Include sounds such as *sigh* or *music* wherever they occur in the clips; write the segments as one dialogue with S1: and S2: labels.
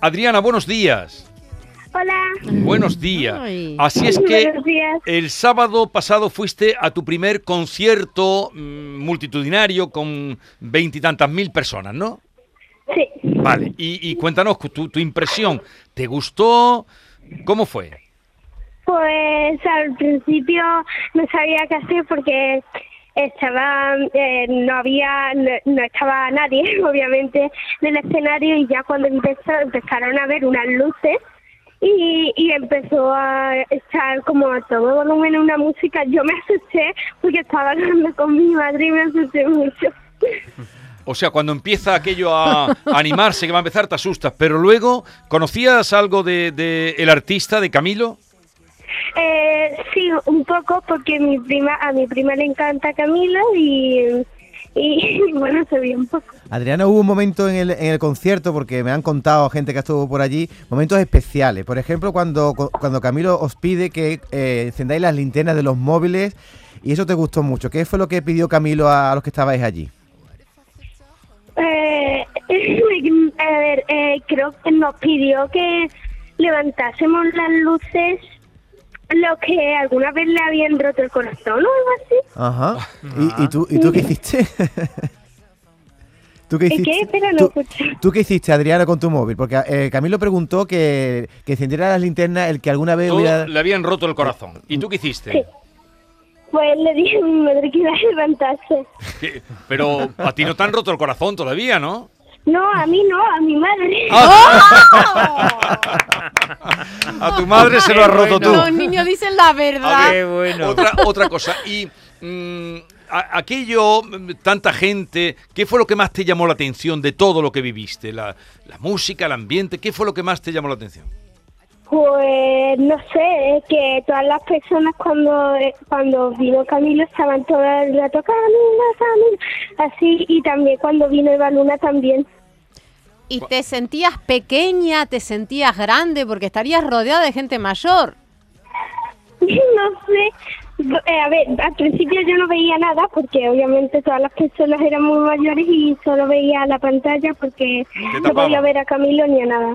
S1: Adriana, buenos días.
S2: Hola.
S1: Buenos días.
S3: Ay.
S1: Así es que
S2: Buenos días.
S1: el sábado pasado fuiste a tu primer concierto mm, multitudinario con veintitantas mil personas, ¿no?
S2: Sí.
S1: Vale, y, y cuéntanos cu- tu, tu impresión. ¿Te gustó? ¿Cómo fue?
S2: Pues al principio no sabía qué hacer porque estaba eh, no había no, no estaba nadie *laughs* obviamente en el escenario y ya cuando empezó empezaron a ver unas luces y, y empezó a estar como a todo volumen una música yo me asusté porque estaba hablando con mi madre y me asusté mucho
S1: O sea, cuando empieza aquello a a animarse, que va a empezar, te asustas. Pero luego, ¿conocías algo de, de el artista, de Camilo?
S2: Eh, sí, un poco porque mi prima a mi prima le encanta Camilo y, y, *laughs* bueno, se vio un poco.
S4: Adriana, hubo un momento en el, en el concierto, porque me han contado gente que estuvo por allí, momentos especiales. Por ejemplo, cuando, cu- cuando Camilo os pide que eh, encendáis las linternas de los móviles y eso te gustó mucho. ¿Qué fue lo que pidió Camilo a, a los que estabais allí?
S2: Eh, *laughs* a ver, eh, creo que nos pidió que levantásemos las luces, lo que alguna vez le habían roto el corazón o algo así.
S4: Ajá. ¿Y, y tú, ¿Y tú qué hiciste? *laughs* ¿Tú qué
S2: ¿Y qué?
S4: hiciste?
S2: Espera, no
S4: ¿Tú-
S2: escuché.
S4: ¿Tú qué hiciste, Adriana, con tu móvil? Porque eh, Camilo preguntó que, que encendiera las linternas el que alguna vez
S1: Todo-
S4: hubiera...
S1: le habían roto el corazón. ¿Y tú qué hiciste?
S2: Sí. Pues le dije a mi madre que iba a levantarse.
S1: ¿Qué? Pero a ti no te han roto el corazón todavía, ¿no?
S2: No, a mí no, a mi madre.
S3: Ah, ¡Oh!
S1: A tu madre se lo has roto tú.
S3: Los niños dicen la
S1: A
S3: verdad.
S1: ver,
S5: Qué bueno.
S1: otra, otra cosa. Y mm, a- aquello, mm, tanta gente, ¿qué fue lo que más te llamó la atención de todo lo que viviste? La, la música, el ambiente, ¿qué fue lo que más te llamó la atención?
S2: Pues no sé, es que todas las personas cuando eh, cuando vino Camilo estaban todo el rato Camilo, Camilo, así y también cuando vino Eva Luna también. *laughs*
S3: Y te sentías pequeña, te sentías grande, porque estarías rodeada de gente mayor.
S2: No sé, b- eh, a ver, al principio yo no veía nada porque obviamente todas las personas eran muy mayores y solo veía la pantalla porque no
S1: tapaba.
S2: podía ver a Camilo ni a nada.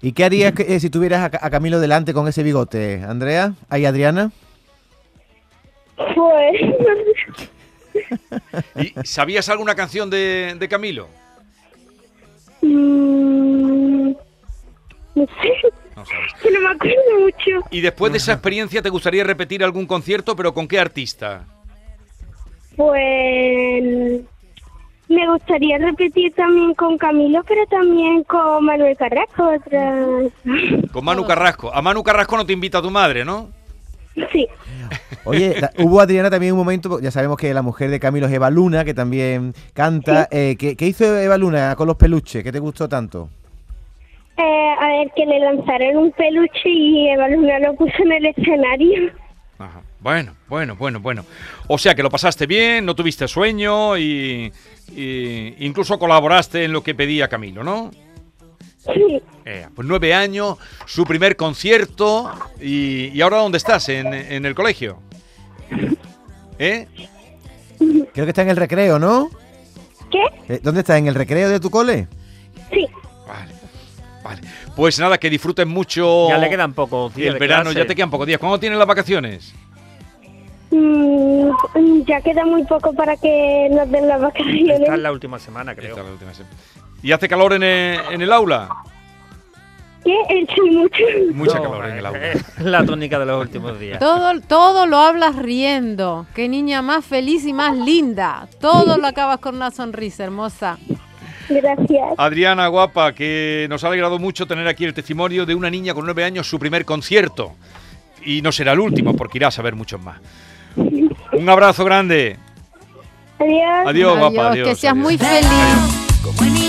S4: ¿Y qué harías que- eh, si tuvieras a, Ca- a Camilo delante con ese bigote, Andrea? ¿Ahí, Adriana?
S2: Pues *laughs* no sé.
S1: ¿Y sabías alguna canción de, de Camilo?
S2: Mm, no sé,
S1: No sabes.
S2: *laughs* que no me acuerdo mucho.
S1: Y después de esa experiencia, ¿te gustaría repetir algún concierto, pero con qué artista?
S2: Pues me gustaría repetir también con Camilo, pero también con Manuel Carrasco. Otra... *laughs*
S1: Con
S5: Oh.
S1: Manu Carrasco. A Manu Carrasco no te invita tu madre, ¿no?
S2: Sí,
S4: Oye, la- hubo Adriana también un momento, ya sabemos que la mujer de Camilo es Eva Luna, que también canta. Eh, ¿qué, qué hizo Eva Luna con los peluches? ¿Qué te gustó tanto?
S2: Eh, a ver, que le lanzaron un peluche y Eva Luna lo puso en el escenario. *laughs*
S1: Ajá. Bueno, bueno, bueno, bueno. O sea que lo pasaste bien, no tuviste sueño y, y incluso colaboraste en lo que pedía Camilo, ¿no?
S2: Sí,
S1: Eh, pues nueve años, su primer concierto y, y ahora ¿dónde estás? ¿En, en el
S5: *laughs*
S1: colegio? ¿Eh?
S4: Creo que está en el recreo, ¿no?
S2: ¿Qué?
S4: Eh, ¿Dónde estás? ¿En el recreo de tu cole?
S2: Sí,
S1: Vale, vale. Pues nada, que disfrutes mucho
S5: Ya le quedan pocos
S1: el
S5: días de
S1: verano,
S5: clase.
S1: ya te quedan pocos días. ¿Cuándo tienes las vacaciones?
S2: Mm, ya queda muy poco para que nos den las vacaciones.
S5: Esta es la última semana, creo.
S1: Esta es la última semana. ¿Y hace calor en el, en el aula?
S2: ¿Qué? Eh, Sí, mucho.
S1: Mucha
S5: No, eh,
S1: calor en el aula.
S5: es La tónica de los últimos días.
S3: Todo, todo lo hablas riendo. Qué niña más feliz y más linda. Todo lo acabas con una sonrisa hermosa.
S2: *laughs* Gracias.
S1: Adriana Guapa, que nos ha alegrado mucho tener aquí el testimonio de una niña con nueve años, su primer concierto. Y no será el último, porque irás a ver muchos más. Un abrazo grande.
S2: Adiós.
S1: Adiós, guapa. Adiós,
S3: que seas
S1: adiós.
S3: muy feliz.
S6: Como en